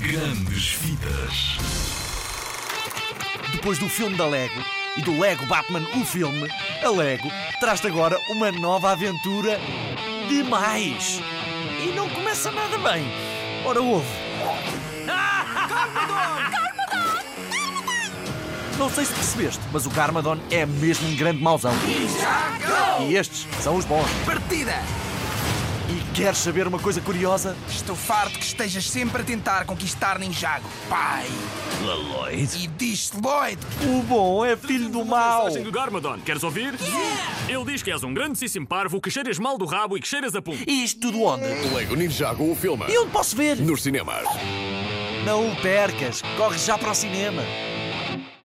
Grandes fitas. Depois do filme da Lego e do Lego Batman, o filme, a Lego traz-te agora uma nova aventura demais. E não começa nada bem. Ora, ouve. Não sei se percebeste, mas o Garmadon é mesmo um grande mauzão. E estes são os bons. Partida! E queres saber uma coisa curiosa? Estou farto que estejas sempre a tentar conquistar Ninjago, pai! Lloyd. E diz-te, Lloyd! O bom é filho do mau. mensagem do Garmadon. Queres ouvir? Ele diz que és um grandíssimo parvo, que cheiras mal do rabo e que cheiras a pum. E isto tudo onde? Lego Ninjago, o filme. E onde posso ver? Nos cinemas. Não o percas, corre já para o cinema.